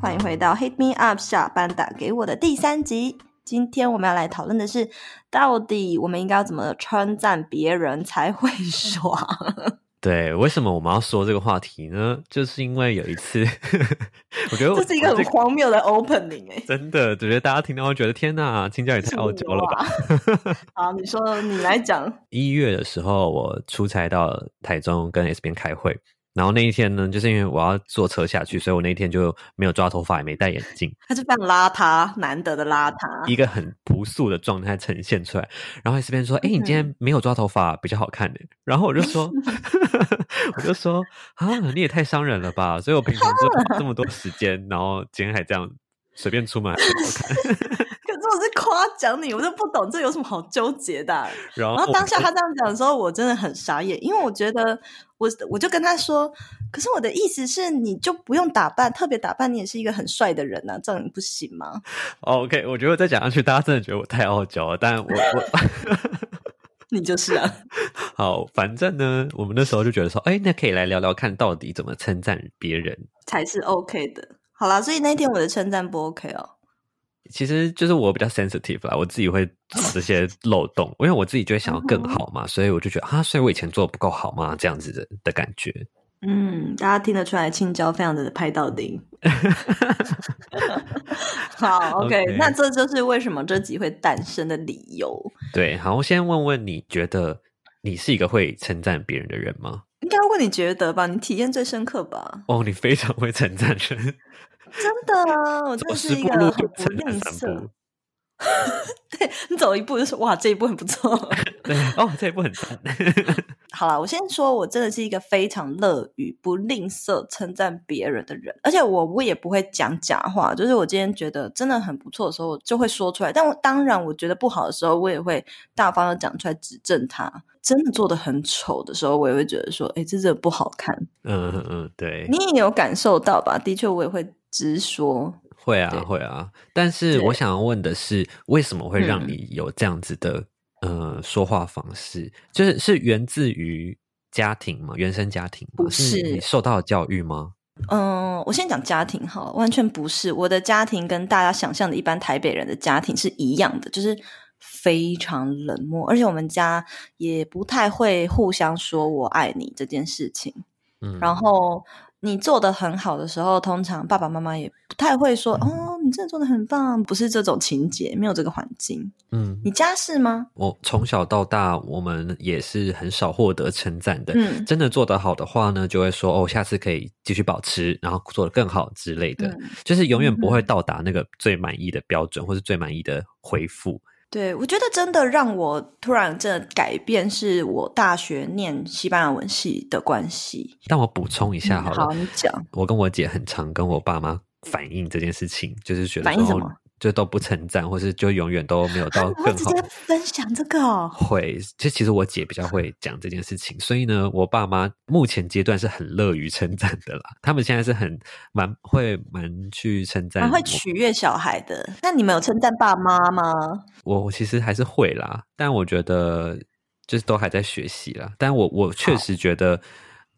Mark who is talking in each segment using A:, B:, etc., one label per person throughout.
A: 欢迎回到《Hit Me Up》下班打给我的第三集。今天我们要来讨论的是，到底我们应该要怎么称赞别人才会爽？
B: 对，为什么我们要说这个话题呢？就是因为有一次， 我觉得
A: 这是一个
B: 我
A: 很荒谬的 opening 哎、
B: 真的，觉得大家听到会觉得天呐，青椒也太傲娇了吧！
A: 啊好，你说你来讲，
B: 一月的时候，我出差到台中跟 S 边开会，然后那一天呢，就是因为我要坐车下去，所以我那一天就没有抓头发，也没戴眼镜，
A: 他是非常邋遢，难得的邋遢。
B: 一个很朴素的状态呈现出来。然后 S 边
A: 嗯
B: 说：“哎、你今天没有抓头发，比较好看呢。”然后我 就说：“我就说啊，你也太伤人了吧！”所以我平常 就花这么多时间，然后今天还这样随便出门还不好看。
A: 可是我是夸奖你，我就不懂这有什么好纠结的啊、
B: 然后
A: 然后
B: 我
A: 当下他这样讲的时候，我真的很傻眼，因为我觉得我我就跟他说，可是我的意思是，你就不用打扮，特别打扮，你也是一个很帅的人呐、啊，这样你不行吗？
B: 哦 OK，我觉得再讲下去，大家真的觉得我太傲娇了。但我我
A: 你就是啊，
B: 好，反正呢，我们那时候就觉得说，哎，那可以来聊聊看到底怎么称赞别人。
A: 才是 OK 的。好啦，所以那天我的称赞不 OK 哦。
B: 其实就是我比较 sensitive 啦，我自己会找 这些漏洞，因为我自己就会想要
A: 嗯
B: 更好嘛，所以我就觉得啊，所以我以前做的不够好嘛，这样子的的感觉。
A: 嗯，大家听得出来，青椒非常的拍到顶。 好
B: OK
A: 那这就是为什么这集会诞生的理由。
B: 对，好，我先问问你觉得你是一个会称赞别人的人吗？
A: 应该问你觉得吧，你体验最深刻吧？
B: 哦，你非常会称赞人，
A: 真的啊，我真
B: 走
A: 的
B: 十
A: 是一
B: 步
A: 个
B: 路
A: 很
B: 就
A: 不
B: 称
A: 吝
B: 赞
A: 啬
B: 三。步。
A: 对 你走一步就说哇，这一步很不错。
B: 对，哦，这一步很赞。
A: 好了，我先说，我真的是一个非常乐于不吝啬称赞别人的人，而且我我也不会讲假话。就是我今天觉得真的很不错的时候，我就会说出来。但我当然，我觉得不好的时候，我也会大方的讲出来指正他。真的做的很丑的时候，我也会觉得说，哎、这真的不好看。
B: 嗯嗯嗯，对。
A: 你也有感受到吧？的确，我也会直说。
B: 会
A: 对
B: 啊，会啊。但是
A: 对
B: 我想要问的是，为什么会让
A: 嗯
B: 你有这样子的、呃说话方式？就是是源自于家庭吗？原生家庭吗？
A: 不
B: 是你
A: 是
B: 受到的教育吗？
A: 嗯，我先讲家庭好了，完全不是我的家庭跟大家想象的一般台北人的家庭是一样的，就是非常冷漠，而且我们家也不太会互相说“我爱你”这件事情。
B: 嗯，
A: 然后你做的很好的时候，通常爸爸妈妈也不太会说“哦，你真的做的很棒”，不是这种情节，没有这个环境。
B: 嗯，
A: 你家是吗？
B: 我从小到大，我们也是很少获得称赞的。
A: 嗯
B: 真的做得好的话呢，就会说哦，下次可以继续保持，然后做得更好之类的，
A: 嗯，
B: 就是永远不会
A: 嗯
B: 到达那个最满意的标准，或是最满意的回复。
A: 对，我觉得真的让我突然这改变，是我大学念西班牙文系的关系。
B: 但我补充一下
A: 嗯
B: 好了，
A: 好，你 讲。
B: 我跟我姐很常跟我爸妈反映这件事情，就是觉得
A: 反映什
B: 说
A: 么
B: 就都不称赞，或是就永远都没有 到
A: 我
B: 更
A: 直
B: 好
A: 接
B: 的。
A: 分享这个哦。
B: 会，就其实我姐比较会讲这件事情，所以呢，我爸妈目前阶段是很乐于称赞的啦。他们现在是很蛮会蛮去称赞
A: 蛮会
B: 我
A: 取悦小孩的，那你们有称赞爸妈吗？
B: 我我其实还是会啦，但我觉得就是都还在学习啦。但我我确实觉得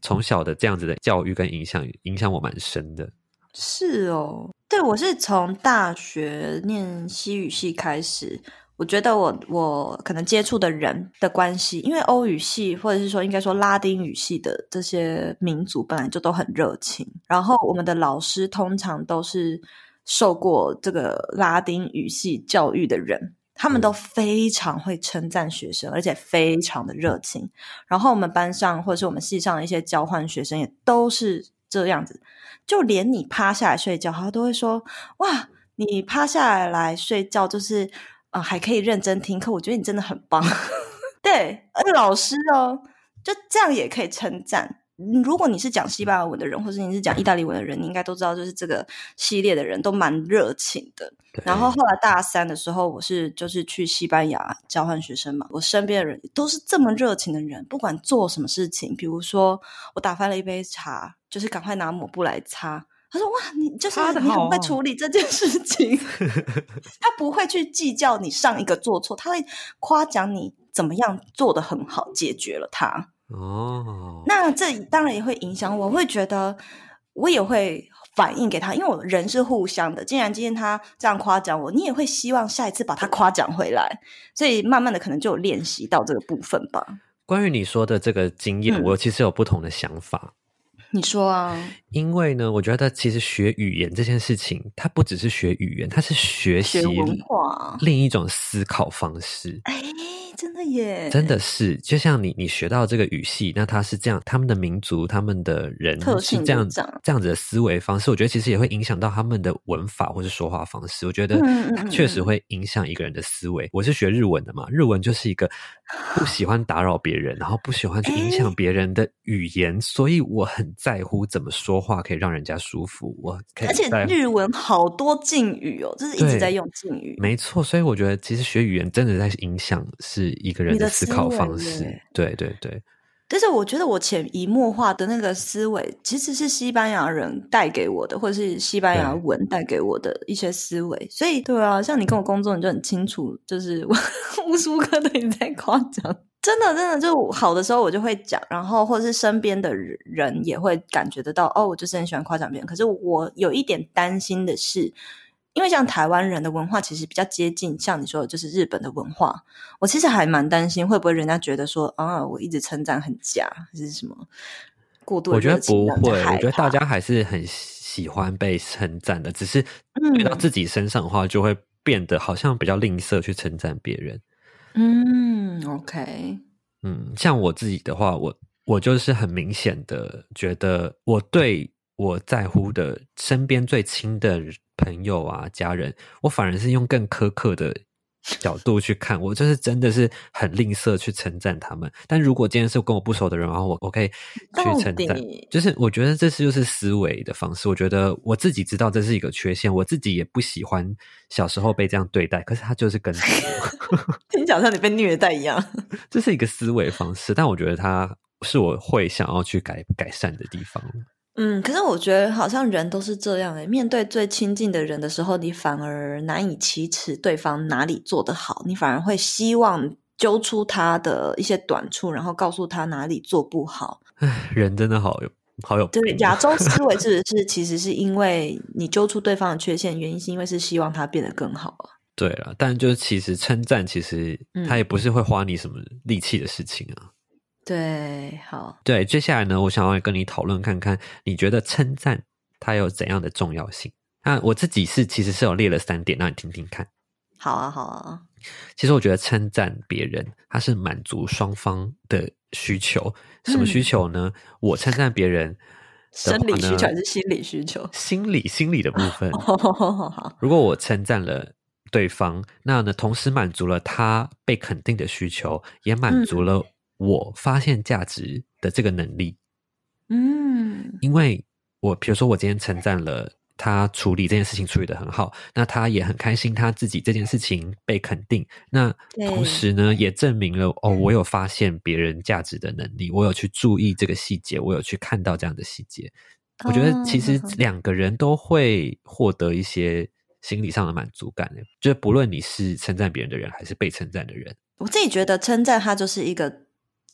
B: 从小的这样子的教育跟影响影响我蛮深的。
A: 是哦，对我是从大学念西语系开始，我觉得我我可能接触的人的关系，因为欧语系或者是说应该说拉丁语系的这些民族本来就都很热情，然后我们的老师通常都是受过这个拉丁语系教育的人。他们都非常会称赞学生，而且非常的热情。然后我们班上或者是我们系上的一些交换学生也都是这样子，就连你趴下来睡觉，他都会说：“哇，你趴下来睡觉就是呃还可以认真听课，我觉得你真的很棒。” 对，而且老师哦，就这样也可以称赞。嗯如果你是讲西班牙文的人，或是你是讲意大利文的人，你应该都知道，就是这个系列的人都蛮热情的。
B: 对
A: 然后后来大三的时候，我是就是去西班牙交换学生嘛，我身边的人都是这么热情的人，不管做什么事情，比如说我打翻了一杯茶，就是赶快拿抹布来擦。他说：“哇，你就是
B: 擦得
A: 你
B: 好
A: 很会
B: 哦
A: 处理这件事情。” 他不会去计较你上一个做错，他会夸奖你怎么样做得很好，解决了它。
B: 哦，
A: 那这当然也会影响我，我会觉得我也会反应给他，因为我人是互相的。既然今天他这样夸奖我，你也会希望下一次把他夸奖回来，所以慢慢的可能就有练习到这个部分吧。
B: 关于你说的这个经验，
A: 嗯
B: 我其实有不同的想法，
A: 你说啊，
B: 因为呢，我觉得其实学语言这件事情，它不只是学语言，它是学习
A: 学文化啊
B: 另一种思考方式。
A: 哎，真的耶，
B: 真的是，就像你你学到这个语系，那它是这样，他们的民族、他们的人
A: 特
B: 是
A: 性
B: 这样
A: 就这样
B: 这样子的思维方式，我觉得其实也会影响到他们的文法或是说话方式。我觉得
A: 嗯嗯
B: 它
A: 嗯
B: 确实
A: 嗯
B: 会影响一个人的思维。我是学日文的嘛，日文就是一个不喜欢打扰别人，然后不喜欢去影响
A: 哎
B: 别人的语言，所以我很在乎怎么说话可以让人家舒服。我可以
A: 而且
B: 在乎
A: 日文好多敬语哦，就是一
B: 对
A: 直在用敬语。
B: 没错，所以我觉得其实学语言真的在影响是一个人
A: 你的
B: 思
A: 思
B: 考
A: 维
B: 方式
A: 耶。
B: 对对对，
A: 但是我觉得我潜移默化的那个思维，其实是西班牙人带给我的，或者是西班牙
B: 对
A: 文带给我的一些思维。所以，对啊，像你跟我工作，你就很清楚，就是 我无时无刻都你在夸奖。真的，真的，就我好的时候我就会讲，然后或者是身边的人也会感觉得到，哦，我就是很喜欢夸奖别人。可是我有一点担心的是，因为像台湾人的文化其实比较接近，像你说的就是日本的文化，我其实还蛮担心，会不会人家觉得说啊，我一直称赞很假，还是什么过度？
B: 我觉得不会，我觉得大家还是很喜欢被称赞的，只是对到
A: 嗯
B: 自己身上的话，就会变得好像比较吝啬去称赞别人。
A: 嗯，OK，
B: 嗯，像我自己的话，我我就是很明显的觉得，我对我在乎的身边最亲的朋友啊、家人，我反而是用更苛刻的角度去看，我就是真的是很吝啬去称赞他们。但如果今天是跟我不熟的人，然后我我可以去
A: 到
B: 称赞，
A: 底
B: 就是我觉得这是就是思维的方式。我觉得我自己知道这是一个缺陷，我自己也不喜欢小时候被这样对待，可是他就是跟着 我。
A: 听起来好像你被虐待一样。
B: 这是一个思维方式，但我觉得它是我会想要去改改善的地方。
A: 嗯，可是我觉得好像人都是这样诶、面对最亲近的人的时候，你反而难以启齿对方哪里做得好，你反而会希望揪出他的一些短处，然后告诉他哪里做不好。
B: 唉，人真的好有好有病
A: 对
B: 哦、
A: 亚洲思维是不是其实是因为你揪出对方的缺陷，原因是因为是希望他变得更好啊。
B: 对了，但就是其实称赞，其实
A: 嗯
B: 它也不是会花你什么力气的事情啊。
A: 对，好，
B: 对，接下来呢，我想要跟你讨论看看，你觉得称赞它有怎样的重要性？那我自己是其实是有列了三点，让你听听看。
A: 好啊，好啊，
B: 其实我觉得称赞别人，它是满足双方的需求。什么需
A: 嗯
B: 求呢？我称赞别人啊的
A: 生理
B: 话
A: 需
B: 呢
A: 求还是哦心理需求？。
B: 心理心理的部分
A: 好，
B: 如果我称赞了对方，那呢，同时满足了他被肯定的需求，也满足了我发现价值的这个能力。
A: 嗯
B: 因为我比如说我今天称赞了他处理这件事情处理的很好，那他也很开心他自己这件事情被肯定。那同
A: 对
B: 时呢，也证明了哦，我有发现别人价值的能力，我有去注意这个细节，我有去看到这样的细节。我觉得其实
A: 哦
B: 两个人都会获得一些心理上的满足感，就是不论你是称赞别人的人还是被称赞的人。
A: 我自己觉得称赞它就是一个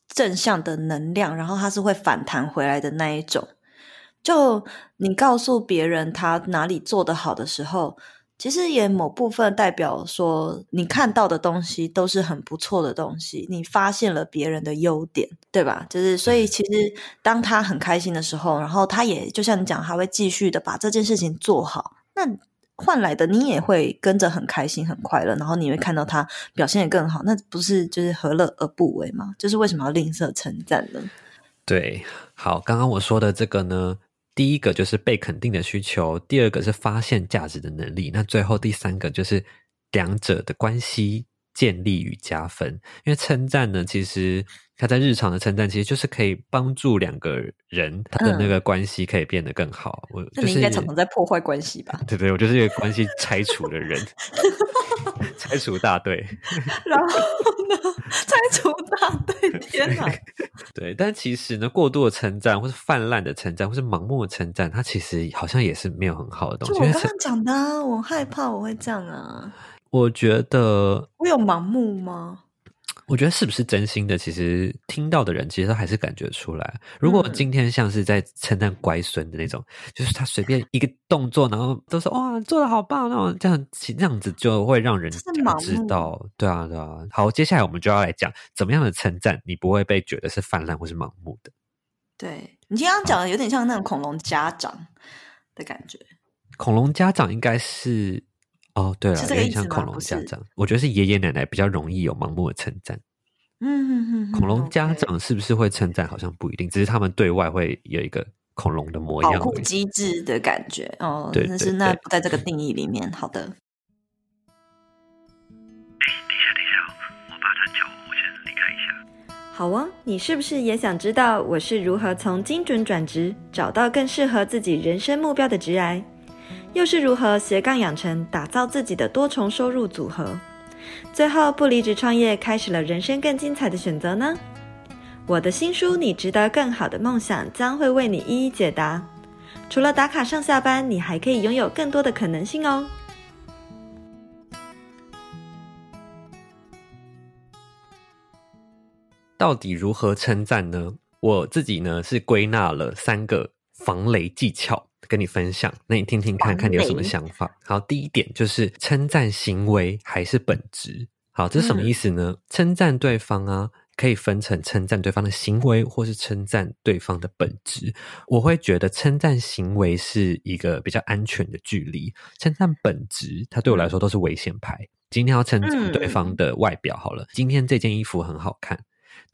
A: 正向的能量，然后它是会反弹回来的那一种。就你告诉别人他哪里做得好的时候，其实也某部分代表说你看到的东西都是很不错的东西，你发现了别人的优点，对吧？就是所以其实当他很开心的时候，然后他也就像你讲，他会继续的把这件事情做好，那换来的你也会跟着很开心、很快乐，然后你会看到他表现得更好，那不是就是何乐而不为吗？就是为什么要吝啬称赞呢？
B: 对，好，刚刚我说的这个呢，第一个就是被肯定的需求，第二个是发现价值的能力，那最后第三个就是两者的关系建立与加分。因为称赞呢，其实它在日常的称赞，其实就是可以帮助两个人他的那
A: 嗯
B: 个关系可以变得更好。我
A: 那
B: 就
A: 你
B: 是
A: 应该常常在破坏关系 吧？
B: 对对，我就是一个关系拆除的人， 拆除大队。
A: 然后呢，拆除大队，天哪！
B: 对，但其实呢，过度的称赞，或是泛滥的称赞，或是盲目的称赞，它其实好像也是没有很好的东
A: 就
B: 西。
A: 我
B: 因为
A: 刚
B: 称
A: 刚讲的、啊，我害怕我会这样啊，
B: 我觉得
A: 我有盲目吗？
B: 我觉得是不是真心的，其实听到的人其实都还是感觉出来。如果
A: 嗯
B: 今天像是在称赞乖孙的那种，就是他随便一个动作，然后都说哇做的好棒那种，这样其这样子就会让人
A: 这是盲目
B: 知道，对啊对啊。好，接下来我们就要来讲怎么样的称赞，你不会被觉得是泛滥或是盲目的。
A: 对你刚刚讲的有点像那种恐龙家长的感觉，
B: 恐龙家长应该是哦，对了，
A: 是
B: 有
A: 这个
B: 点
A: 意思
B: 像
A: 吗
B: 恐龙
A: 不
B: 家
A: 是
B: 长，我觉得是爷爷奶奶比较容易有盲目的称赞。
A: 嗯，嗯嗯嗯
B: 恐龙家
A: OK
B: 长是不是会称赞？好像不一定，只是他们对外会有一个恐龙的模
A: 保
B: 样
A: 护
B: 而已。
A: 机制的感觉哦，
B: 对
A: 但
B: 对
A: 是那
B: 对
A: 不在这个定义里面。好的，
C: 好哦，你是不是也想知道我是如何从精准转职找到更适合自己人生目标的职涯，又是如何斜杠养成打造自己的多重收入组合，最后不离职创业开始了人生更精彩的选择呢？我的新书《你值得更好的梦想》将会为你一一解答。除了打卡上下班，你还可以拥有更多的可能性哦。
B: 到底如何称赞呢？我自己呢是归纳了三个防雷技巧跟你分享，那你听听看
A: 防
B: 看你有什么
A: 雷
B: 想法。好，第一点就是称赞行为还是本质。好，这是什么
A: 嗯
B: 意思呢？称赞对方啊，可以分成称赞对方的行为，或是称赞对方的本质。我会觉得称赞行为是一个比较安全的距离，称赞本质，它对我来说都是危险牌。今天要称赞对
A: 嗯
B: 方的外表好了，今天这件衣服很好看。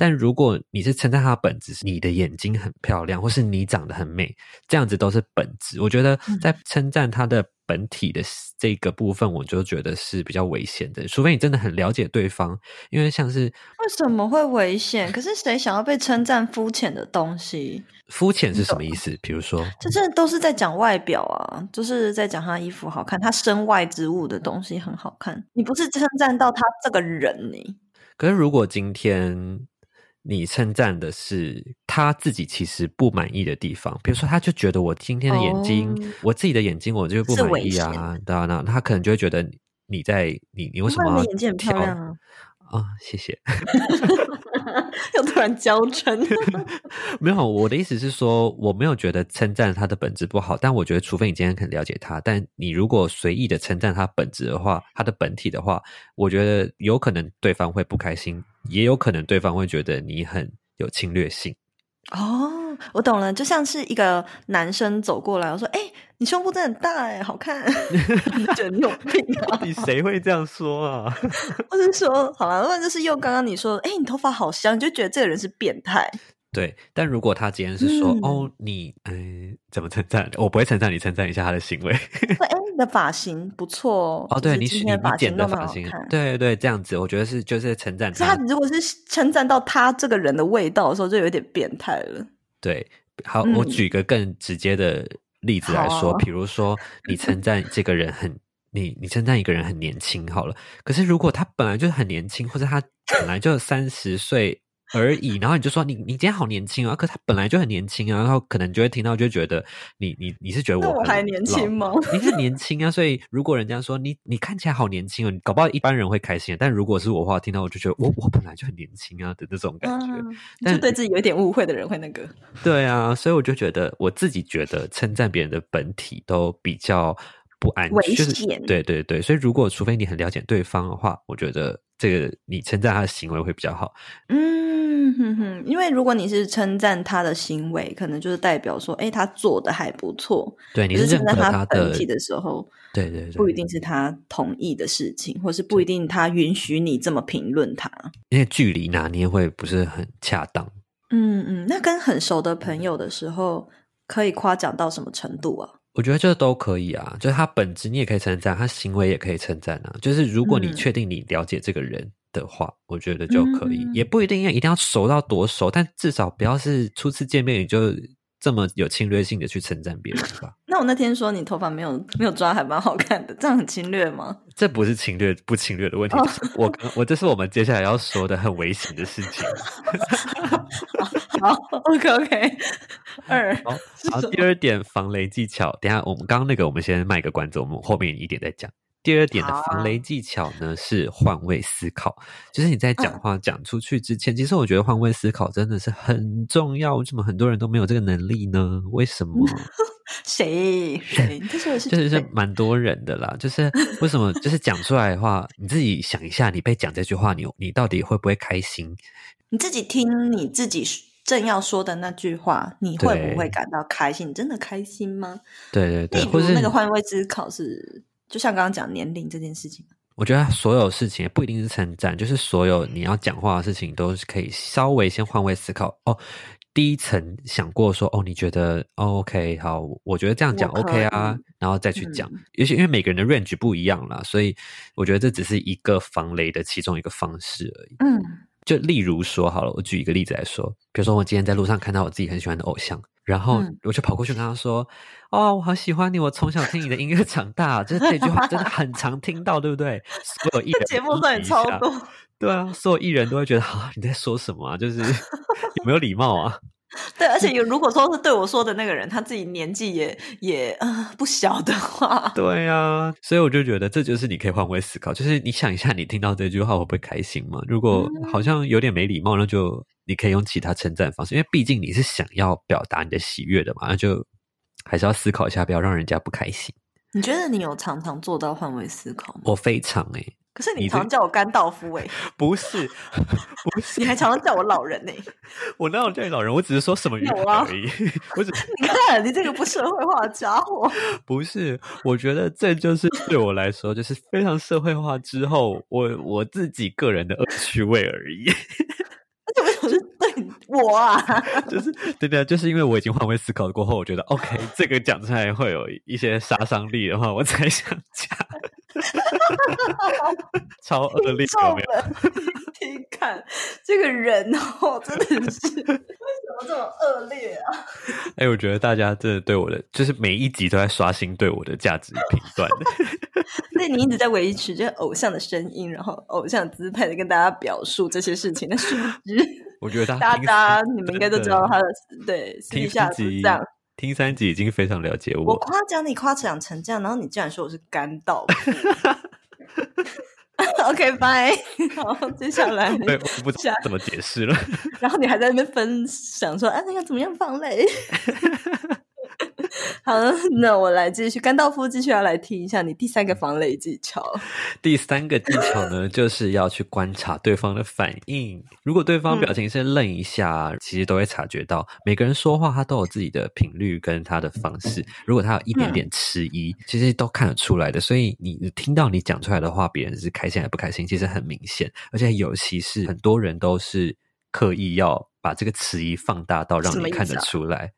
B: 但如果你是称赞它的本质，是你的眼睛很漂亮，或是你长得很美，这样子都是本质。我觉得在称赞它的本体的这个部分，我就觉得是比较危险的，除非你真的很了解对方。因为像是
A: 为什么会危险？可是谁想要被称赞肤浅的东西？
B: 肤浅是什么意思？比如说，
A: 这真的都是在讲外表啊，就是在讲他衣服好看，他身外之物的东西很好看。你不是称赞到他这个人呢、
B: 可是如果今天你称赞的是他自己其实不满意的地方，比如说他就觉得我今天的眼睛，
A: 哦
B: 我自己的眼睛我就不
A: 是
B: 满
A: 危
B: 意
A: 险
B: 啊，对啊，那他可能就会觉得你你在你你为什
A: 那
B: 么
A: 你
B: 要
A: 的眼睛很漂
B: 挑
A: 亮啊，
B: 啊、谢谢。
A: 又突然娇嗔。
B: 没有，我的意思是说，我没有觉得称赞他的本质不好，但我觉得，除非你今天很了解他，但你如果随意的称赞他本质的话，他的本体的话，我觉得有可能对方会不开心，也有可能对方会觉得你很有侵略性。
A: 哦，我懂了，就像是一个男生走过来，我说：“哎、你胸部真的很大哎、好看。” 你觉得你有病啊？
B: 底谁会这样说啊？
A: 或者说，好了，那就是又刚刚你说，哎、你头发好香，你就觉得这个人是变态。
B: 对，但如果他今天是说，
A: 嗯
B: 哦，你嗯、怎么称赞？我不会称赞你，称赞一下他的行为。
A: 说，哎、你的发型不错哦。
B: 哦，
A: 就
B: 对
A: 是
B: 你
A: 今
B: 喜你
A: 天
B: 你
A: 发
B: 剪
A: 型
B: 的
A: 那么
B: 发
A: 好
B: 型
A: 看。，
B: 对对，这样子，我觉得是就是称赞
A: 可是他如果是称赞到他这个人的味道的时候，就有点变态了。
B: 对，好，我
A: 嗯
B: 举个更直接的例子来
A: 好
B: 说，
A: 啊
B: 比如说你称赞这个人很，你你称赞一个人很年轻好了，可是如果他本来就是很年轻，或者他本来就三十岁而已，然后你就说你你今天好年轻啊，可是他本来就很年轻啊，然后可能就会听到就会觉得你你你是觉得
A: 那
B: 我
A: 我
B: 很
A: 还年
B: 老
A: 轻吗？
B: 你是年轻啊，所以如果人家说你你看起来好年轻哦，搞不好一般人会开心，啊但如果是我的话，听到我就觉得我我本来就很年轻啊的那种感觉。
A: 嗯，
B: 但
A: 就对自己有一点误会的人会那个。
B: 对啊，所以我就觉得我自己觉得称赞别人的本体都比较不安
A: 危
B: 全，就是
A: 险
B: 对对对，所以如果除非你很了解对方的话，我觉得这个你称赞他的行为会比较好。
A: 嗯哼哼，因为如果你是称赞他的行为，可能就是代表说，哎，他做的还不错。
B: 对，你
A: 可是
B: 认
A: 称
B: 可
A: 赞
B: 他
A: 本
B: 的，
A: 体的时候，
B: 对对对，
A: 不一定是他同意的事情，或是不一定他允许你这么评论他。
B: 因为距离拿捏会不是很恰当。
A: 嗯嗯，那跟很熟的朋友的时候，可以夸奖到什么程度啊？
B: 我觉得这都可以啊，就是他本质你也可以称赞，他行为也可以称赞啊。就是如果你
A: 嗯
B: 确定你了解这个人的话，我觉得就可以，
A: 嗯
B: 也不一定要一定要熟到多熟，但至少不要是初次见面你就这么有侵略性的去称赞别人吧。
A: 那我那天说你头发没有没有抓，还蛮好看的，这样很侵略吗？
B: 这不是侵略不侵略的问题，
A: 哦
B: 就是我刚我这是我们接下来要说的很危险的事情。
A: 好，OK OK，二
B: 好，
A: 是
B: 哦好，
A: 什么
B: 第二点防雷技巧，等一下我们刚刚那个我们先卖个关子，我们后面一点再讲。第二点的
A: 好啊
B: 防雷技巧呢是换位思考，就是你在
A: 嗯
B: 讲话讲出去之前，其实我觉得换位思考真的是很重要。为什么很多人都没有这个能力呢？为什么？
A: 谁谁？但是我是
B: 就 是
A: 谁
B: 是蛮多人的啦。就是为什么？就是讲出来的话，你自己想一下，你被讲这句话，你你到底会不会开心？
A: 你自己听你自己正要说的那句话，你会
B: 对
A: 不会感到开心？你真的开心吗？
B: 对对
A: 例
B: 对，
A: 如
B: 或是
A: 那个换位思考是，就像刚刚讲年龄这件事情，
B: 我觉得所有事情也不一定是称赞，就是所有你要讲话的事情都是可以稍微先换位思考哦。第一层想过说哦，你觉得、哦、OK 好，我觉得这样讲
A: 我可
B: OK 啊
A: 以，嗯
B: 然后再去讲。也许因为每个人的 range 不一样啦，所以我觉得这只是一个防雷的其中一个方式而已。
A: 嗯，
B: 就例如说好了，我举一个例子来说，比如说我今天在路上看到我自己很喜欢的偶像，然后
A: 嗯
B: 我就跑过去跟他说：“哦，我好喜欢你，我从小听你的音乐长大。”就是这句话真的很常听到，对不对？所有艺人
A: 这节目
B: 都
A: 上也
B: 提一
A: 超
B: 下
A: 多，
B: 对啊，所有艺人都会觉得啊，你在说什么啊？就是 有没有礼貌啊？
A: 对，而 且有如果说是对我说的那个人，他自己年纪也也呃不小的话，
B: 对啊，所以我就觉得这就是你可以换位思考，就是你想一下，你听到这句话会不会开心嘛？如果
A: 嗯
B: 好像有点没礼貌，那就你可以用其他称赞方式，因为毕竟你是想要表达你的喜悦的嘛，那就还是要思考一下，不要让人家不开心。
A: 你觉得你有常常做到换位思考吗？
B: 我非常哎、
A: 可是你
B: 你这
A: 常叫我甘道夫哎、
B: 不是不是，
A: 你还常常叫我老人欸呢、
B: 我哪有叫你老人？我只是说什么语
A: 有
B: 言
A: 啊
B: 而已，我只
A: 你看你这个不社会化的家伙，
B: 不是，我觉得这就是对我来说，就是非常社会化之后，我我自己个人的恶趣味而已。
A: 而且我是对你我啊，
B: 就是对的，就是因为我已经换位思考过后，我 觉得 OK，这个讲出来会有一些杀伤力的话，我才想讲。 超恶劣，有
A: 众
B: 没有？
A: 们听听看，这个人哦，真的是为 什么这么恶劣啊？
B: 哎、我觉得大家这对我的，就是每一集都在刷新对我的价值评断。
A: 那你一直在维持着偶像的声音，然后偶像姿态的跟大家表述这些事情，但殊不 知
B: 我觉得
A: 大
B: 听
A: 家
B: 三
A: 你们应该都知道他的对私
B: 听
A: 底
B: 三
A: 下是
B: 集
A: 这样。，
B: 听三集已经非常了解
A: 我夸奖你夸奖成这样，然后你竟然说我是干道夫。OK，拜。好，接下来，
B: 对，我不知道
A: 下
B: 怎么解释了。
A: 然后你还在那边分享说，啊，那个怎么样放泪？ 好了，那我来继续，甘道夫继续要来听一下你第三个防雷技巧。
B: 第三个技巧 呢，就是要去观察对方的反应。如果对
A: 嗯
B: 方表情是愣一下，啊其实都会察觉到每个人说话他都有自己的频率跟他的方式。如果他有一
A: 嗯
B: 点点迟疑，其实都看得出来的。所以你你听到你讲出来的话，别人是开心还不开心，其实很明显。而且尤其是很多人都是刻意要把这个迟疑放大到让
A: 什么
B: 你
A: 意思
B: 看得
A: 啊
B: 出来。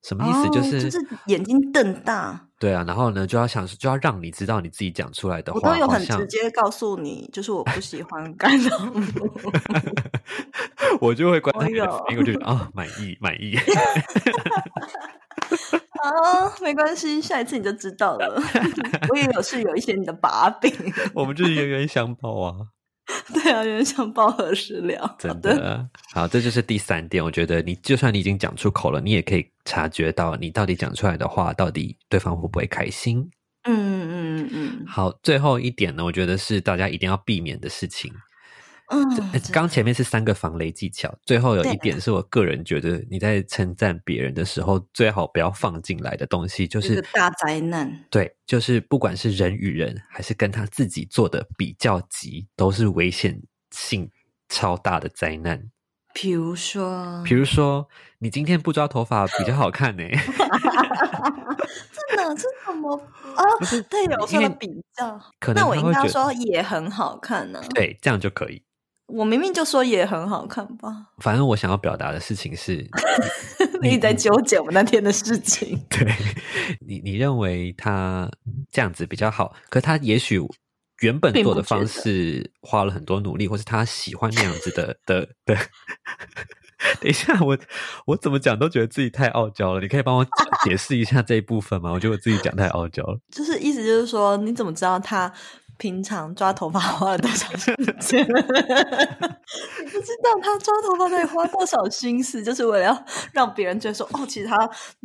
B: 什么意思？
A: 哦就是眼睛瞪大，
B: 对啊，然后呢，就要想，就要让你知道你自己讲出来的话，
A: 我都有
B: 好
A: 很
B: 像
A: 直接告诉你，就是我不喜欢甘道夫。
B: 我就会观察
A: 我
B: 你的
A: 有
B: 反应，我就觉得啊、满意，满 意。
A: 啊，没关系，下一次你就知道了。 我也有是有一些你的把柄，
B: 我们就是冤冤相报啊，
A: 对啊，有点像抱和食疗。好
B: 真
A: 的，
B: 的。好，这就是第三点，我觉得你就算你已经讲出口了，你也可以察觉到你到底讲出来的话，到底对方会不会开心。
A: 嗯嗯嗯
B: 好，最后一点呢，我觉得是大家一定要避免的事情。
A: 嗯
B: 呃
A: 嗯，
B: 刚前面是三个防雷技巧，最后有
A: 对
B: 一点是我个人觉得你在称赞别人的时候，最好不要放进来的东西，就
A: 这
B: 是
A: 个大灾难。
B: 对，就是不管是人与人，还是跟他自己做的比较级，都是危险性超大的灾难。
A: 比如说，
B: 比如说，你今天不抓头发比较好看呢、
A: 真的是怎么啊
B: 不是？
A: 对，有说
B: 因
A: 的
B: 为
A: 比较，
B: 可能
A: 那我
B: 他
A: 应
B: 会
A: 该要
B: 觉得
A: 说也很好看呢、
B: 对，这样就可以。
A: 我明明就说也很好看吧，，
B: 反正我想要表达的事情是嗯
A: 你一直在纠结我们那天的事情。
B: 对 你，你认为他这样子比较好，可他也许原本
A: 并
B: 做
A: 不
B: 的
A: 觉得
B: 方式花了很多努力，或是他喜欢那样子的的的。 等一下，我我怎么讲都觉得自己太傲娇了。你可以帮我解释一下这一部分吗？我觉得我自己讲太傲娇了。
A: 就是意思就是说，你怎么知道他平常抓头发花了多少时 间？你不知道他抓头发得花多少心思，就是为了要让别人觉得说，哦，其实他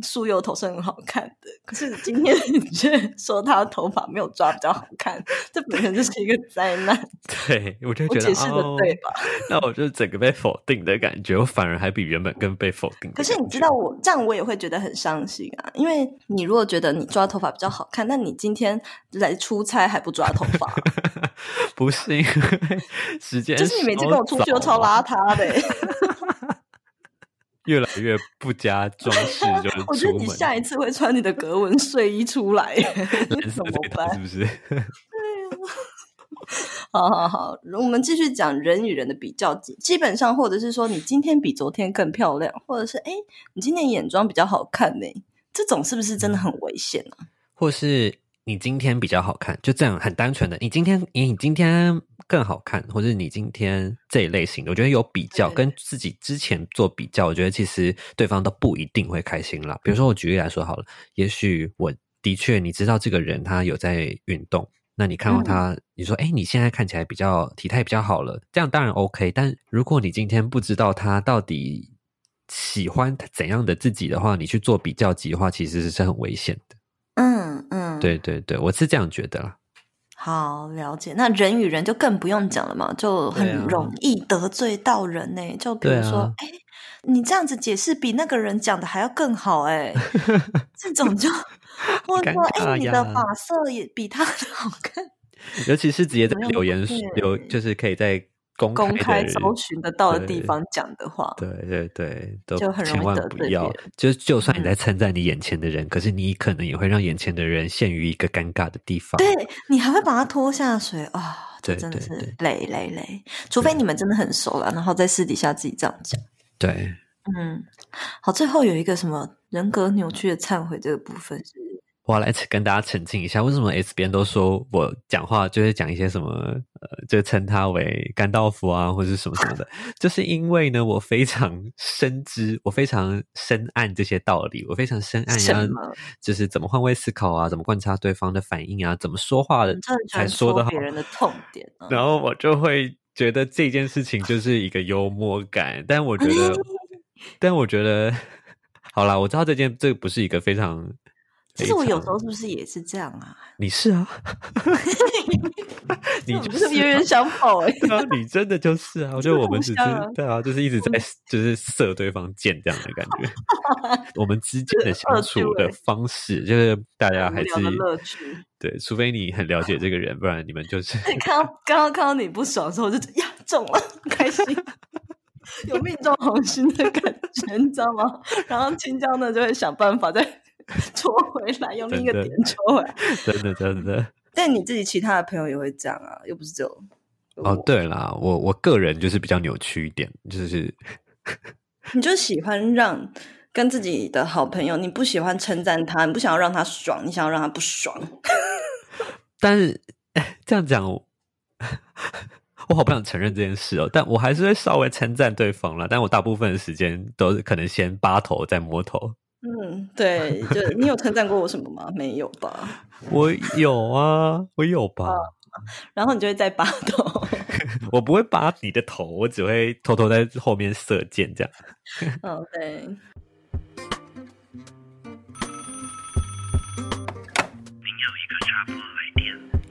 A: 梳油头是很好看的。可是今天你却说他头发没有抓比较好看，这本身就是一个灾难。
B: 对我就
A: 我
B: 觉得
A: 解释的
B: 哦
A: 对吧？
B: 那我就整个被否定的感觉，我反而还比原本更被否定
A: 可
B: 的感觉。
A: 是你知道我这样，我也会觉得很伤心啊。因为你如果觉得你抓头发比较好看，那你今天来出差还不抓头 发，
B: 不是因为时间，啊
A: 就是你每次跟我出去都超，邋遢的欸、
B: 越来越不加装 饰，就是
A: 我觉得
B: 出
A: 你
B: 门
A: 下一次会穿你的格纹睡衣出 来，
B: 蓝
A: 怎
B: 色
A: 么
B: 这
A: 办
B: 套是？不是？
A: 好好好，我们继续讲人与人的比较，基基本上或者是说你今天比昨天更漂亮，或者是哎、诶你今天眼妆比较好看呢、这种是不是真
B: 嗯
A: 的很危险啊？
B: 或是你今天比较好看，就这样很单纯的，你今天你今天更好看，或者你今天这一类型的，我觉得有比较
A: 对
B: 跟自己之前做比较，我觉得其实对方都不一定会开心啦。比如说我举例来说好了，也许我的确你知道这个人他有在运动。那你看到他，你说，哎、你现在看起来比较体态比较好了，这样当然 OK。但如果你今天不知道他到底喜欢怎样的自己的话，你去做比较级的话，其实是很危险的。
A: 嗯嗯，
B: 对，对对，我是这样觉得啦。
A: 好了解。那人与人就更不用讲了嘛，就
B: 对
A: 很
B: 啊
A: 容易得罪到人呢、就比如
B: 对啊
A: 说，哎、你这样子解释比那个人讲的还要更好、 哎，这种就或者
B: 尴
A: 说，哎、
B: 尬
A: 你的
B: 呀
A: 发色也比他的好看，
B: 尤其是直接在
A: 怎么样
B: 留言
A: 对
B: 留，就是可以在公
A: 欸公
B: 开
A: 开
B: 的
A: 搜寻得到的地
B: 对
A: 方讲的话，
B: 对对对，都
A: 就很容
B: 千
A: 易
B: 万
A: 得
B: 不
A: 罪
B: 要
A: 别。
B: 就就算你
A: 嗯
B: 在称赞你眼前的人，可是你可能也会让眼前的人陷于一个尴尬的地方。
A: 对你还会把它拖下水啊、这
B: 对
A: 真的
B: 对
A: 是
B: 对
A: 累累累。除非
B: 对啊
A: 你们真的很熟了，然后在私底下自己这样讲。
B: 对，
A: 嗯，好，最后有一个什么人格扭曲的忏悔这个部分是，
B: 我要来跟大家澄清一下，为什么 S 边都说我讲话就是讲一些什么呃，就称他为甘道夫啊，或者是什么什 么的，就是因为呢，我非常深知，我非常深谙这些道理，我非常深谙
A: 什
B: 要
A: 么
B: 就是怎么换位思考啊，怎么观察对方的反应啊，怎么说话的
A: 你真的很喜
B: 才
A: 欢
B: 说
A: 戳
B: 的好
A: 别，人的痛 点啊。
B: 然后我就会觉得这件事情就是一个幽默感，但我觉 得，但我觉得，好啦，我知道这件这个不是一个非常。
A: 其实我有时
B: 非
A: 候
B: 常
A: 是不是也是这样啊？
B: 你是啊， 你
A: 我们就
B: 就
A: 是
B: 是
A: 冤 冤
B: 啊
A: 相报哎、
B: 对啊，你真的就是啊，我觉得我们只是
A: 真的很像啊
B: 对啊，就是一直在就是射对方箭这样的感 觉。我们之间的相处的方式，就是大
A: 欸
B: 家
A: 很无
B: 啊还是
A: 聊的乐趣。
B: 对，除非你很了解这个人，不然你们就是
A: 看到刚刚看到你不爽的时候，我就觉得呀中了，很开心， 有命中红心的感觉，你知道吗？然后青椒呢就会想办法再 戳回来，用另一个
B: 真
A: 点
B: 的
A: 戳回来。
B: 真的真的。
A: 但你自己其他的朋友也会这样啊，又不是只有
B: 哦
A: 我，
B: 对啦，我我个人就是比较扭曲一点，就是
A: 你就喜欢让跟自己的好朋友，你不喜欢称赞他，你不想要让他爽，你想要让他不爽。
B: 但是哎这样讲，我 我好不想承认这件事哦。但我还是会稍微称赞对方啦，但我大部分的时间都是可能先扒头再摸头。
A: 嗯， 对，就你有称赞过我什么吗？没有吧？
B: 我有啊，我有吧？
A: 然后你就会再拔头。
B: 我不会扒你的头，我只会偷偷在后面射箭这样。
A: 嗯，对。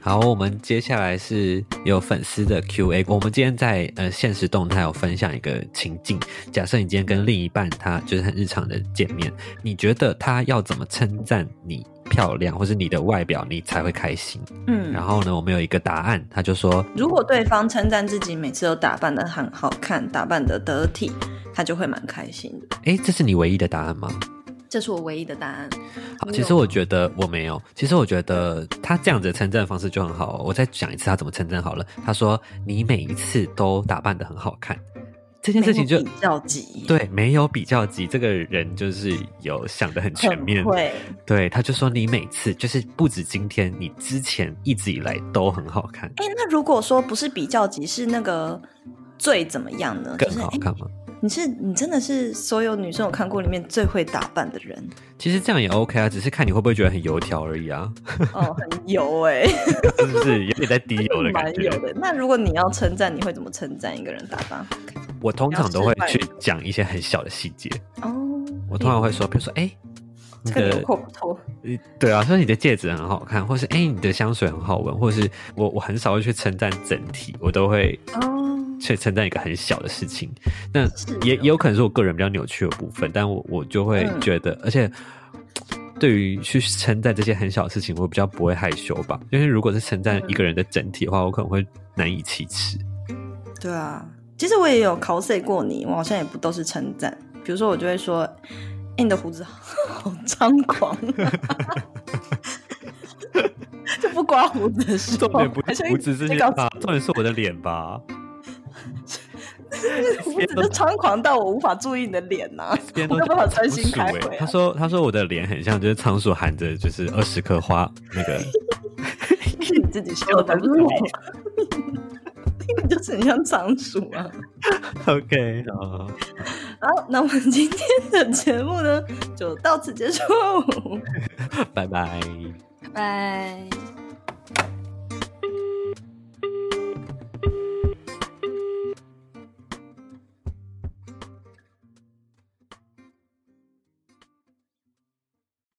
B: 好，我们接下来是有粉丝的 Q&A。我们今天在呃现实动态有分享一个情境，假设你今天跟另一半他就是很日常的见面，你觉得他要怎么称赞你漂亮，或是你的外表，你才会开心？
A: 嗯，
B: 然后呢，我们有一个答案，他就说
A: 如果对方称赞自己每次都打扮的很好看，打扮的得体，他就会蛮开心的。：“
B: 诶，这是你唯一的答案吗
A: 这是我唯一的答案。？”
B: 好，
A: 没
B: 其
A: 有
B: 实我
A: 吗
B: 觉得我没有。其实我觉得他这样子的称赞方式就很好哦。我再讲一次他怎么称赞好了。他说：“你每一次都打扮的很好看。”这件事情就
A: 没有比较急，，
B: 对，没有比较级，这个人就是有想的很全面
A: 很。会。
B: 对，他就说你每次就是不止今天，你之前一直以来都很好看，
A: 哎，那如果说不是比较级，是那个最怎么样呢？就
B: 更
A: 是
B: 好
A: 哎，
B: 看吗？
A: 你是你真的是所有女生我看过里面最会打扮的 人
B: 其实这样也 OK 啊，只是看你会不会觉得很油条而已啊，
A: 哦，很油哎、
B: 是不是有点在低油的感
A: 蛮
B: 觉
A: 油？的。那如果你要称赞，你会怎么称赞一个人打扮？
B: 我通常
A: 比
B: 都
A: 较
B: 会
A: 失败
B: 去讲一些很小的细节，
A: 哦，
B: 我通常会说，比如说，哎、你
A: 这个
B: 的
A: 流口不透。
B: 呃对啊，说你的戒指很好看，或是哎、你的香水很好闻，或是我我很少会去称赞整体，我都会
A: 哦，
B: 去称赞一个很小的事情。那
A: 是
B: 也
A: 哦
B: 也有可能是我个人比较扭曲的部分，但我我就会
A: 嗯
B: 觉得，而且对于去称赞这些很小的事情，我比较不会害羞吧，因为如果是称赞
A: 嗯
B: 一个人的整体的话，我可能会难以启齿。
A: 对啊，其实我也有 cos 过你，我好像也不都是称赞。比如说，我就会说，哎、你的胡子好 张狂，啊 就不刮胡子的时候，
B: 重点不是胡子这些
A: 哦那
B: 啊吧，重点是我的脸吧。
A: 个胡子就张狂到我无法注意你的脸呐、啊。
B: 别人
A: 我
B: 都
A: 没有办法专
B: 仓
A: 心
B: 鼠
A: 开
B: 欸
A: 会啊
B: 他说：“他说我的脸很像，就是仓鼠含着就是二十颗花那个。
A: 是你自己说的，不是我。 你就是很像仓鼠啊！”
B: OK，啊，
A: 好，那我们今天的节目呢，就到此结束，
B: 拜拜。
A: 拜。